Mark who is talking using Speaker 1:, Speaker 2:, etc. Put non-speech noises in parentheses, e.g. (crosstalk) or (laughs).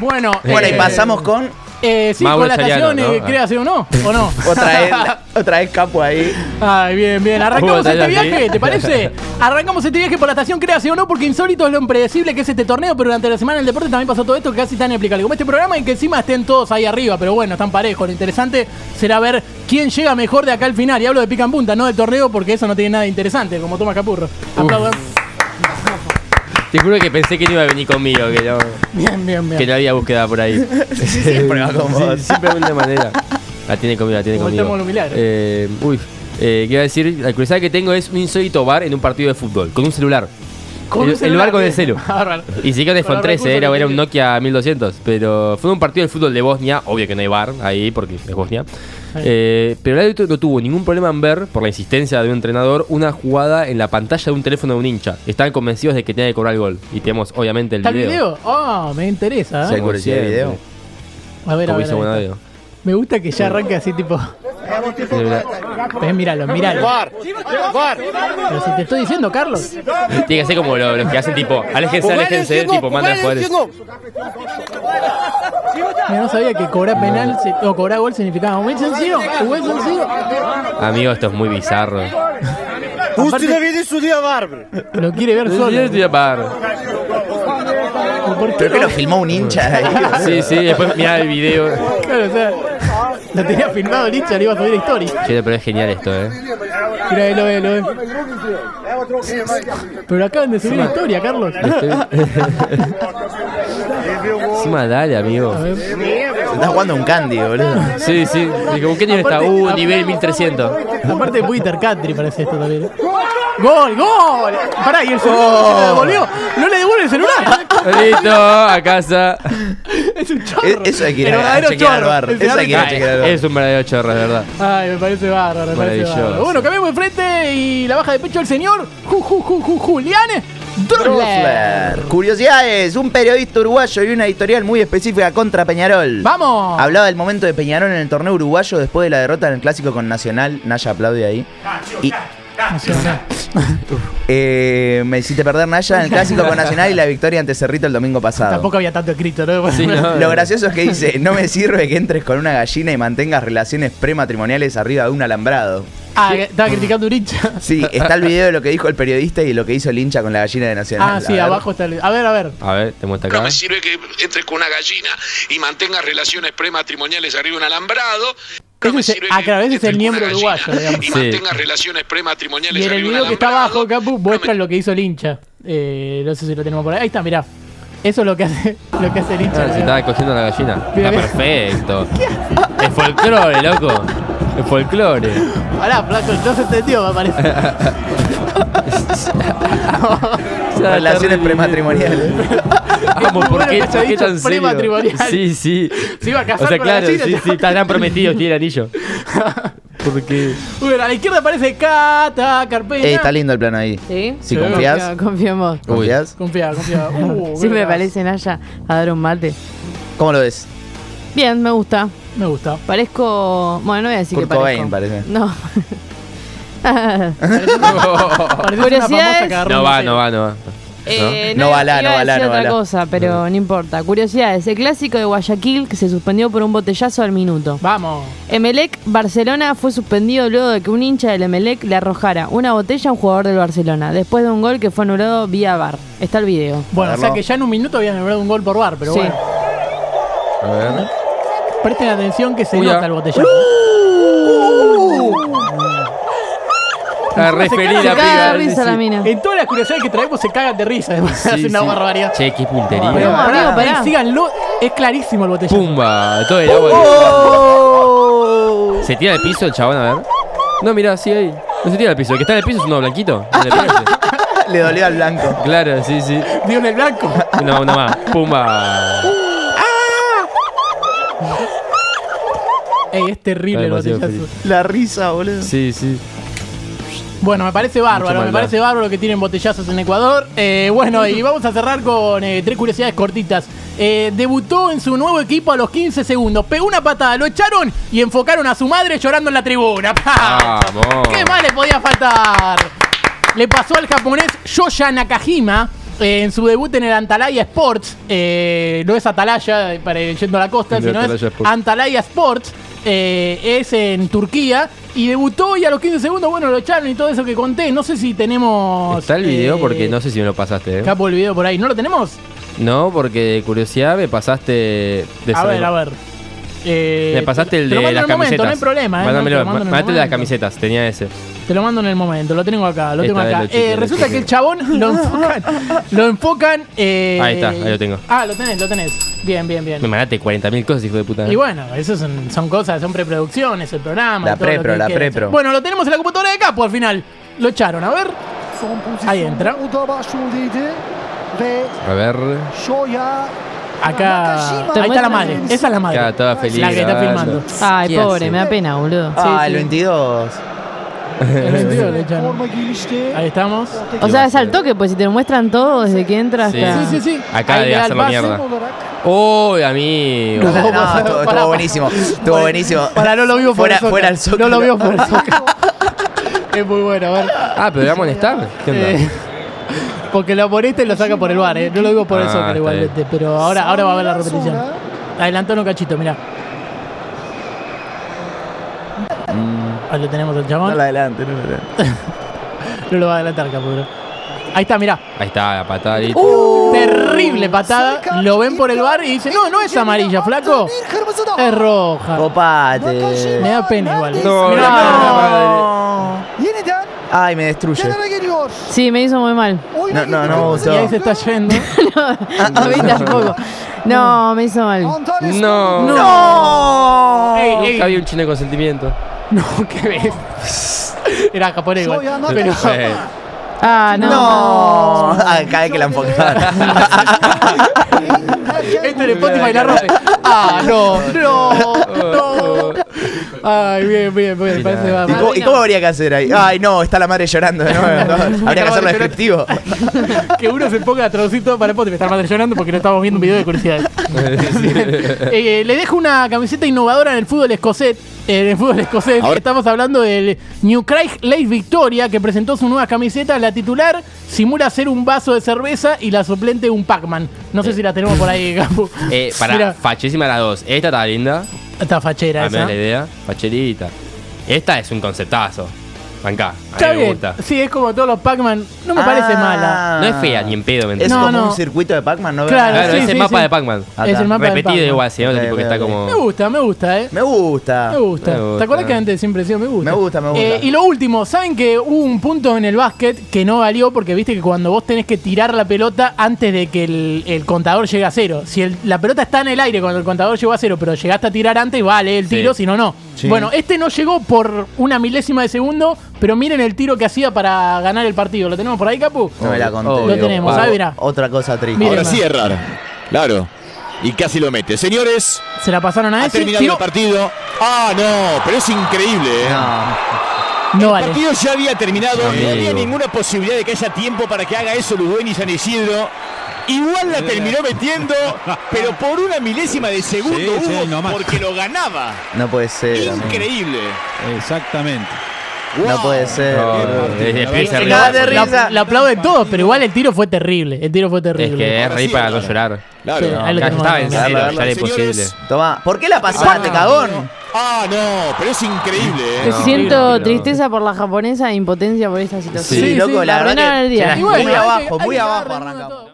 Speaker 1: Bueno,
Speaker 2: Bueno, y
Speaker 1: eh,
Speaker 2: pasamos con
Speaker 1: Eh, sí,
Speaker 3: Mauro
Speaker 1: con la
Speaker 3: Chayano,
Speaker 1: canción, eh,
Speaker 3: ¿no? Ah.
Speaker 1: créase o no, o no.
Speaker 2: (laughs)
Speaker 1: (laughs)
Speaker 2: otra vez, otra vez Capo ahí.
Speaker 1: Ay, bien, bien. Arrancamos
Speaker 3: Hubo
Speaker 1: este
Speaker 3: tallas,
Speaker 1: viaje,
Speaker 3: ¿sí?
Speaker 1: ¿te
Speaker 3: (laughs)
Speaker 1: parece? Arrancamos este viaje por la estación Créase o no, porque insólito es lo impredecible que es este torneo, pero durante la semana del deporte también pasó todo esto que casi tan inexplicable. Como este programa en que encima estén todos ahí arriba, pero bueno, están parejos. Lo interesante será ver quién llega mejor de acá al final. Y hablo de pica en punta, no del torneo, porque eso no tiene nada de interesante, como toma Capurro. Aplaudan.
Speaker 3: Te juro que pensé que no iba a venir conmigo, que no,
Speaker 1: Bien, bien, bien.
Speaker 3: que no había búsqueda por ahí.
Speaker 2: (laughs) Siempre va con vos.
Speaker 3: Sí, siempre de alguna manera. La tiene conmigo, la tiene
Speaker 1: Como el
Speaker 3: conmigo.
Speaker 1: termo de los milagros.
Speaker 3: Eh, uy, eh, ¿qué iba a decir? La curiosidad que tengo es un insólito bar en un partido de fútbol, con un celular.
Speaker 1: Con
Speaker 3: el-
Speaker 1: un
Speaker 3: el
Speaker 1: celular,
Speaker 3: barco
Speaker 1: bien.
Speaker 3: de celu.
Speaker 1: (laughs) Bárbaro.
Speaker 3: Y sí que
Speaker 1: Con
Speaker 3: un iPhone
Speaker 1: los
Speaker 3: 13,
Speaker 1: recursos
Speaker 3: era,
Speaker 1: que
Speaker 3: era un
Speaker 1: tiene.
Speaker 3: Nokia 1200, pero fue un partido del fútbol de Bosnia, obvio que no hay bar ahí porque es Bosnia. Eh, pero el árbitro no tuvo ningún problema en ver, por la insistencia de un entrenador, una jugada en la pantalla de un teléfono de un hincha. Estaban convencidos de que tenía que cobrar el gol. Y tenemos obviamente el
Speaker 1: ¿Está el
Speaker 3: video.
Speaker 1: video? Ah, me interesa. ¿eh?
Speaker 2: Sí. ¿Hay curiosidad de video?
Speaker 1: A ver, a
Speaker 3: Como
Speaker 1: ver.
Speaker 3: hizo
Speaker 1: a ver.
Speaker 3: Bonadeo.
Speaker 1: Me gusta que ya arranque así tipo. Ven, míralo, míralo. Pero si te estoy diciendo, Carlos.
Speaker 3: Tiene que ser como lo- los que hacen tipo, aléjense, aléjense, tipo, mandan jugadores.
Speaker 1: Yo no sabía que cobrar penal si- o cobrar gol significaba un buen sencillo, un buen sencillo.
Speaker 3: Amigo, esto es muy bizarro.
Speaker 1: Lo quiere ver solo. ¿Por qué
Speaker 2: Creo que
Speaker 1: no?
Speaker 2: lo filmó un hincha (laughs) ahí.
Speaker 3: Sí, sí, después mirá el video.
Speaker 1: Claro, o sea, lo tenía filmado el hincha, le iba a subir a Story.
Speaker 3: Che, pero es genial esto, (laughs) eh.
Speaker 1: Mira, ahí lo ve, lo ve. Pero lo acaban de subir a historia, Carlos.
Speaker 3: Encima dale, amigo.
Speaker 1: A ver.
Speaker 2: Se está jugando un candy, boludo.
Speaker 3: Sí, sí. Digo, ¿qué nivel está?
Speaker 1: Aparte-
Speaker 3: Uh, nivel 1300.
Speaker 1: Aparte de muy intercountry parece esto también. ¿eh? ¡Gol, gol! Pará, y el celular le devolvió. No le devuelve el celular.
Speaker 3: Listo, a (laughs) casa.
Speaker 1: Es un
Speaker 2: E-
Speaker 1: chorro.
Speaker 2: Eso hay que ir
Speaker 1: El
Speaker 2: a, a
Speaker 1: verdadero
Speaker 2: chequear al
Speaker 1: chorro.
Speaker 2: bar.
Speaker 1: El
Speaker 2: Eso hay que ir a
Speaker 1: verdadero-
Speaker 2: chequear al bar.
Speaker 3: Es un verdadero chorro, de verdad.
Speaker 1: Ay, me parece bárbaro, me parece
Speaker 3: Maravilloso.
Speaker 1: bárbaro. Bueno, cambiamos de frente y la baja de pecho del señor Ju- Ju- Ju- Ju- Julián Drosler.
Speaker 2: Drosler. Curiosidades, un periodista uruguayo y una editorial muy específica contra Peñarol.
Speaker 1: ¡Vamos!
Speaker 2: Hablaba del momento de Peñarol en el torneo uruguayo después de la derrota en el clásico con Nacional. Naya aplaude ahí. Y eh, me hiciste perder Naya en el clásico con Nacional y la victoria ante Cerrito el domingo pasado.
Speaker 1: Tampoco había tanto escrito, ¿no?
Speaker 3: Sí, ¿no?
Speaker 2: Lo gracioso es que dice, no me sirve que entres con una gallina y mantengas relaciones prematrimoniales arriba de un alambrado.
Speaker 1: (laughs) Ah, estaba criticando un hincha.
Speaker 2: Sí, está el video de lo que dijo el periodista y lo que hizo el hincha con la gallina de Nacional.
Speaker 1: Ah,
Speaker 2: A
Speaker 1: sí,
Speaker 2: ver.
Speaker 1: abajo está el. A ver, a ver.
Speaker 3: A ver, te muestra
Speaker 4: No
Speaker 3: acá.
Speaker 4: me sirve que entres con una gallina y mantengas relaciones prematrimoniales arriba de un alambrado. No
Speaker 1: Ese
Speaker 4: me
Speaker 1: es-
Speaker 4: sirve
Speaker 1: ah,
Speaker 4: que
Speaker 1: claro, ese es
Speaker 4: entres
Speaker 1: el
Speaker 4: con
Speaker 1: miembro
Speaker 4: una
Speaker 1: uruguayo,
Speaker 4: gallina
Speaker 1: digamos.
Speaker 4: Y
Speaker 3: Sí.
Speaker 4: mantengas relaciones prematrimoniales
Speaker 1: Y en el
Speaker 4: arriba de un
Speaker 1: video que está
Speaker 4: alambrado.
Speaker 1: abajo, Capu,
Speaker 4: No me-
Speaker 1: muestra lo que hizo el hincha. Eh, no sé si lo tenemos por ahí. Ahí está, mirá. Eso es lo que hace, (laughs) lo que hace el hincha.
Speaker 3: Ah, se estaba cogiendo la gallina.
Speaker 1: Mira,
Speaker 3: Está
Speaker 1: mira. (laughs)
Speaker 3: perfecto. Es folclore, loco. Es folclore.
Speaker 1: Pará, flaco, no se entendió, me parece.
Speaker 3: (laughs)
Speaker 2: Relaciones prematrimoniales.
Speaker 3: Amo,
Speaker 1: (laughs) Es muy
Speaker 3: ¿por
Speaker 1: bueno
Speaker 3: qué,
Speaker 1: que haya
Speaker 3: por qué
Speaker 1: dicho
Speaker 3: tan serio?
Speaker 1: prematrimonial.
Speaker 3: Sí, sí.
Speaker 1: Se iba a casar
Speaker 3: O sea,
Speaker 1: con la
Speaker 3: claro,
Speaker 1: gallina,
Speaker 3: sí,
Speaker 1: ya.
Speaker 3: sí, estarán prometidos, tiene
Speaker 1: (laughs)
Speaker 3: el anillo. Porque.
Speaker 1: Bueno, a la izquierda aparece Cata, Carpeña.
Speaker 3: Eh,
Speaker 2: Ey, está lindo el plano ahí.
Speaker 5: ¿Sí?
Speaker 2: Si
Speaker 1: Sí,
Speaker 2: confías,
Speaker 5: Confiamos.
Speaker 2: confías.
Speaker 1: Confiada,
Speaker 5: (laughs)
Speaker 1: confiada. Uh,
Speaker 5: Sí, me
Speaker 1: verga.
Speaker 5: parecen allá a dar un mate.
Speaker 2: ¿Cómo lo ves?
Speaker 5: Bien, me gusta.
Speaker 1: Me gusta.
Speaker 5: Parezco. Bueno, no voy a decir
Speaker 2: Kurt
Speaker 5: que parezco.
Speaker 2: Cobain parece. (laughs)
Speaker 5: No. (laughs)
Speaker 1: Parece una
Speaker 5: Curiosidades.
Speaker 1: famosa que agarró
Speaker 3: No
Speaker 1: un
Speaker 3: va,
Speaker 1: museo.
Speaker 3: no va, no va.
Speaker 5: Eh,
Speaker 2: No va la, no
Speaker 5: iba a
Speaker 2: va la,
Speaker 5: decir
Speaker 2: no va la.
Speaker 5: otra cosa, pero no importa. Curiosidades. El clásico de Guayaquil que se suspendió por un botellazo al minuto.
Speaker 1: Vamos.
Speaker 5: Emelec Barcelona fue suspendido luego de que un hincha del Emelec le arrojara una botella a un jugador del Barcelona, después de un gol que fue anulado vía VAR. Está el video.
Speaker 1: Bueno, o sea
Speaker 2: Verlo.
Speaker 1: que ya en un minuto habían logrado un gol por bar, pero
Speaker 5: Sí.
Speaker 1: bueno.
Speaker 3: A ver. Ah,
Speaker 1: Presten atención que se
Speaker 3: Uy,
Speaker 1: nota
Speaker 3: ah.
Speaker 1: el botellón.
Speaker 5: Uh.
Speaker 3: A referir
Speaker 1: Se
Speaker 3: a
Speaker 5: caga de
Speaker 3: piba.
Speaker 5: risa la mina.
Speaker 1: En todas las curiosidades que traemos se cagan de risa, además.
Speaker 3: Sí,
Speaker 1: Hacen una
Speaker 3: sí.
Speaker 1: barbaridad.
Speaker 3: Che, qué puntería.
Speaker 1: Pero,
Speaker 5: No,
Speaker 1: pará,
Speaker 5: amigo, pará.
Speaker 1: ven, síganlo. Es clarísimo el botellón.
Speaker 3: Pumba, todo el
Speaker 1: Oh.
Speaker 3: agua. ¿Se tira al piso el chabón? A ver. No, mira, sí ahí. No se tira al piso. El que está en el piso es uno blanquito. No le pegaste.
Speaker 2: Le dolió al blanco.
Speaker 3: Claro, sí, sí.
Speaker 1: Dio en el blanco.
Speaker 3: Una, una más. Pumba.
Speaker 1: Ey, es terrible el
Speaker 3: Está demasiado
Speaker 1: botellazo.
Speaker 2: La risa, boludo.
Speaker 3: Sí, sí.
Speaker 1: Bueno, me parece
Speaker 3: Mucha
Speaker 1: bárbaro, me
Speaker 3: maldad.
Speaker 1: parece bárbaro que tienen botellazos en Ecuador. Eh, bueno, y vamos a cerrar con eh, tres curiosidades cortitas. Eh, debutó en su nuevo equipo a los 15 segundos, pegó una patada, lo echaron y enfocaron a su madre llorando en la tribuna. (laughs) ¡Pah!
Speaker 3: Ah. Vamos.
Speaker 1: ¿Qué más le podía faltar? Le pasó al japonés Yoya Nakajima, eh, en su debut en el Antalaya Sports, eh, no es Atalaya eh, para ir yendo a la costa,
Speaker 3: El de
Speaker 1: sino es
Speaker 3: Atalaya Sports.
Speaker 1: Antalaya Sports, eh, es en Turquía y debutó y a los 15 segundos, bueno, lo echaron y todo eso que conté. No sé si tenemos.
Speaker 3: Está el video
Speaker 1: eh,
Speaker 3: porque no sé si me lo pasaste. ¿eh?
Speaker 1: Capo el video por ahí, ¿no lo tenemos?
Speaker 3: No, porque de curiosidad me pasaste. de
Speaker 1: A ver,
Speaker 3: saber-
Speaker 1: a ver. Eh,
Speaker 3: Me pasaste el
Speaker 1: te
Speaker 3: de
Speaker 1: lo mando
Speaker 3: las
Speaker 1: en el momento,
Speaker 3: camisetas.
Speaker 1: no hay problema. eh,
Speaker 3: Mándamelo,
Speaker 1: no, te lo mando en el
Speaker 3: mándate las
Speaker 1: momento.
Speaker 3: camisetas, tenía ese.
Speaker 1: Te lo mando en el momento, lo tengo acá, lo
Speaker 3: Esta
Speaker 1: tengo
Speaker 3: vez
Speaker 1: acá.
Speaker 3: lo chequeé,
Speaker 1: Eh,
Speaker 3: lo
Speaker 1: resulta
Speaker 3: chequeé.
Speaker 1: que el chabón lo
Speaker 3: (laughs)
Speaker 1: enfocan. lo enfocan. eh,
Speaker 3: Ahí está, ahí lo tengo.
Speaker 1: Ah, lo tenés, lo tenés. Bien, bien, bien.
Speaker 3: Me mandaste 40.000 cosas, hijo de puta.
Speaker 1: Y bueno, esas son, son cosas, son preproducciones, el programa.
Speaker 2: La
Speaker 1: y todo lo
Speaker 2: prepro,
Speaker 1: que
Speaker 2: la
Speaker 1: quieras.
Speaker 2: prepro.
Speaker 1: Bueno, lo tenemos en la computadora de Capo al final. Lo echaron, a ver.
Speaker 6: Son pozisyon
Speaker 1: Ahí entra.
Speaker 6: Bu da başvuruldaydı ve
Speaker 3: A ver.
Speaker 6: Shoya
Speaker 1: Acá.
Speaker 6: Nakashima-
Speaker 1: Ahí está la madre.
Speaker 5: muestran-
Speaker 1: Esa es la madre.
Speaker 3: Ya, estaba feliz.
Speaker 1: La que está
Speaker 3: Ah,
Speaker 1: filmando.
Speaker 5: Ay,
Speaker 2: ¿Qué
Speaker 5: pobre,
Speaker 2: hace?
Speaker 5: me da pena, boludo.
Speaker 2: Ah,
Speaker 1: sí.
Speaker 2: el 22.
Speaker 1: El 22 lo echaron.
Speaker 6: forma giymişti.
Speaker 1: Ahí estamos.
Speaker 5: O sea, es al toque, pues si te muestran todo desde que entras
Speaker 3: Sí.
Speaker 5: hasta.
Speaker 1: Sí, sí, sí.
Speaker 3: Acá
Speaker 1: Ahí
Speaker 3: de
Speaker 1: le da el
Speaker 3: hacerlo
Speaker 1: pase.
Speaker 3: mierda.
Speaker 6: olarak
Speaker 3: ¡Uy, amigo!
Speaker 2: No,
Speaker 1: No, para-
Speaker 2: estuvo,
Speaker 1: para-
Speaker 2: estuvo buenísimo. Estuvo buenísimo.
Speaker 1: Para, no lo vimos por
Speaker 2: fuera,
Speaker 1: el soccer.
Speaker 2: fuera el
Speaker 1: No
Speaker 2: Zócalo.
Speaker 1: lo vimos por el soccer. (laughs) es muy bueno, a ver.
Speaker 3: Ah, pero le va a molestar. ¿Qué onda?
Speaker 1: Eh, porque lo amonesta y lo saca por el bar, ¿eh? No lo digo por el
Speaker 3: Ah,
Speaker 1: soccer
Speaker 3: está
Speaker 1: igualmente,
Speaker 3: bien.
Speaker 1: pero ahora, ahora va a ver la repetición.
Speaker 6: sonra
Speaker 1: Adelantó un cachito, mirá.
Speaker 3: Mm.
Speaker 1: Ahí lo tenemos el
Speaker 2: No
Speaker 1: chabón.
Speaker 2: lo adelante, no lo adelante.
Speaker 1: No lo va a adelantar, Capuro. Ahí está, mirá.
Speaker 3: Ahí está, la patada. ahí.
Speaker 1: Terrible patada. Lo ven por el bar y dicen, no, no es amarilla, flaco.
Speaker 6: bir kırmızı daha.
Speaker 1: Es roja. Me
Speaker 3: Oh,
Speaker 2: Copate.
Speaker 1: da pena igual.
Speaker 3: No,
Speaker 1: Mirá.
Speaker 2: No.
Speaker 6: Yeniden
Speaker 2: Ay, me destruye.
Speaker 6: kenara geliyor.
Speaker 5: Sí, me hizo muy mal.
Speaker 6: Oyuna
Speaker 2: No, no,
Speaker 6: girdi
Speaker 2: no me
Speaker 6: kırmızı
Speaker 2: gustó.
Speaker 1: Y ahí se
Speaker 6: kartı.
Speaker 1: está yendo.
Speaker 5: (laughs) A mí tampoco. No, me hizo mal.
Speaker 6: Antalya Spor
Speaker 3: No.
Speaker 2: No.
Speaker 1: Ey, ey.
Speaker 3: Nunca había un chino con sentimiento.
Speaker 1: (laughs) No, qué ves. Era japonés igual.
Speaker 6: Shoya
Speaker 1: Pero- (laughs)
Speaker 6: Nakashima.
Speaker 3: Eh,
Speaker 5: Ah, no.
Speaker 2: No. Ah, cada vez que la enfocaban. (laughs)
Speaker 1: Este en Spotify la rompe. Ah, no, no, no. Ay, bien, bien, bien. Parece que va
Speaker 2: ¿Y cómo, y cómo habría que hacer ahí? Ay, no, está la madre llorando de nuevo. No, Habría que hacerlo descriptivo.
Speaker 1: Que uno se ponga a traducir todo para Spotify. Está madre llorando porque no estamos viendo un video de
Speaker 3: (laughs)
Speaker 1: curiosidades. Eh, le dejo una camiseta innovadora en el fútbol escocés. En el fútbol escocés estamos hablando del New Craig Lake Victoria que presentó sus nuevas camisetas. La titular simula ser un vaso de cerveza y la suplente un Pac-Man. No sé si la tenemos por ahí, Capu.
Speaker 3: (laughs) eh,
Speaker 1: Mira,
Speaker 3: para, fachísima las dos. Esta está linda.
Speaker 1: esta fachera
Speaker 3: A mí
Speaker 1: esa.
Speaker 3: la idea. Facherita. Esta es un conceptazo. Bancá. A mí
Speaker 1: Está
Speaker 3: me
Speaker 1: bien.
Speaker 3: gusta.
Speaker 1: Sí, es como todos los Pac-Man. No me parece
Speaker 2: Ah.
Speaker 1: mala.
Speaker 3: No es fea ni en pedo, ¿me
Speaker 2: Es
Speaker 3: entiendes?
Speaker 1: No,
Speaker 2: como
Speaker 1: no.
Speaker 2: un circuito de Pac-Man, ¿no?
Speaker 1: Claro,
Speaker 3: Claro,
Speaker 1: sí,
Speaker 3: es el
Speaker 1: sí,
Speaker 3: mapa
Speaker 1: sí.
Speaker 3: de Pac-Man.
Speaker 2: Ah,
Speaker 1: Es el mapa de
Speaker 3: Repetido
Speaker 1: Pac-Man.
Speaker 3: igual, si no,
Speaker 2: Ok,
Speaker 3: tipo que
Speaker 2: ok,
Speaker 3: está
Speaker 2: ok.
Speaker 3: como.
Speaker 1: Me gusta, me gusta, eh.
Speaker 2: Me gusta.
Speaker 1: Me gusta.
Speaker 3: Me gusta.
Speaker 1: ¿Te acuerdas que antes siempre decía me gusta?
Speaker 2: Me gusta, me gusta.
Speaker 1: Eh, y lo último, ¿saben que hubo un punto en el básquet que no valió? Porque viste que cuando vos tenés que tirar la pelota antes de que el, el contador llegue a cero. Si el- la pelota está en el aire cuando el contador llegó a cero, pero llegaste a tirar antes, vale el
Speaker 3: Sí.
Speaker 1: tiro, si no, no.
Speaker 2: Sí.
Speaker 1: Bueno, este no llegó por una milésima de segundo, pero miren el tiro que hacía para ganar el partido. ¿Lo tenemos por ahí, Capu?
Speaker 2: No me la conté.
Speaker 1: Lo
Speaker 3: Obvio,
Speaker 1: tenemos,
Speaker 3: obvio.
Speaker 1: ahí mirá.
Speaker 2: Otra cosa triste.
Speaker 1: Miren.
Speaker 7: Ahora sí es raro. Claro. Y casi lo mete. Señores,
Speaker 1: Se la pasaron a
Speaker 7: ha
Speaker 1: ese.
Speaker 7: terminado
Speaker 1: Tiró.
Speaker 7: el partido. Ah, no, pero es increíble. ¿eh?
Speaker 2: No.
Speaker 1: No
Speaker 7: El
Speaker 1: vale.
Speaker 7: partido ya había terminado. No había
Speaker 3: Amigo.
Speaker 7: ninguna posibilidad de que haya tiempo para que haga eso Luduen y San Isidro. Igual la terminó metiendo, pero por una milésima de segundo
Speaker 8: Sí, sí,
Speaker 7: Hugo,
Speaker 8: nomás.
Speaker 7: porque lo ganaba.
Speaker 2: No puede ser. amigo.
Speaker 7: Increíble.
Speaker 8: Exactamente.
Speaker 2: No
Speaker 7: Wow.
Speaker 2: puede ser.
Speaker 3: No, es- empieza a
Speaker 2: Me
Speaker 3: reír.
Speaker 2: cagás de
Speaker 1: La,
Speaker 2: risa.
Speaker 1: la aplauden todos, pero igual el tiro fue terrible. El tiro fue
Speaker 3: Es
Speaker 1: terrible.
Speaker 3: que es
Speaker 7: Ahora
Speaker 3: reír
Speaker 7: sí,
Speaker 3: para no
Speaker 7: claro.
Speaker 3: llorar.
Speaker 7: Claro.
Speaker 1: Sí, ahí
Speaker 3: Ya
Speaker 1: lo tenemos.
Speaker 3: estaba en
Speaker 1: Dale,
Speaker 3: cero,
Speaker 2: dale.
Speaker 3: ya era imposible.
Speaker 7: Señores.
Speaker 2: Toma. ¿Por qué la pasaste, cagón?
Speaker 7: Ah, no, pero es increíble. ¿eh?
Speaker 3: No,
Speaker 5: Siento
Speaker 3: no, no.
Speaker 5: tristeza por la japonesa e impotencia por esta situación.
Speaker 2: Sí, loco, la verdad
Speaker 5: Arruinaron
Speaker 2: que-
Speaker 5: el día.
Speaker 2: Muy abajo, muy abajo
Speaker 1: arranca
Speaker 2: arrancamos.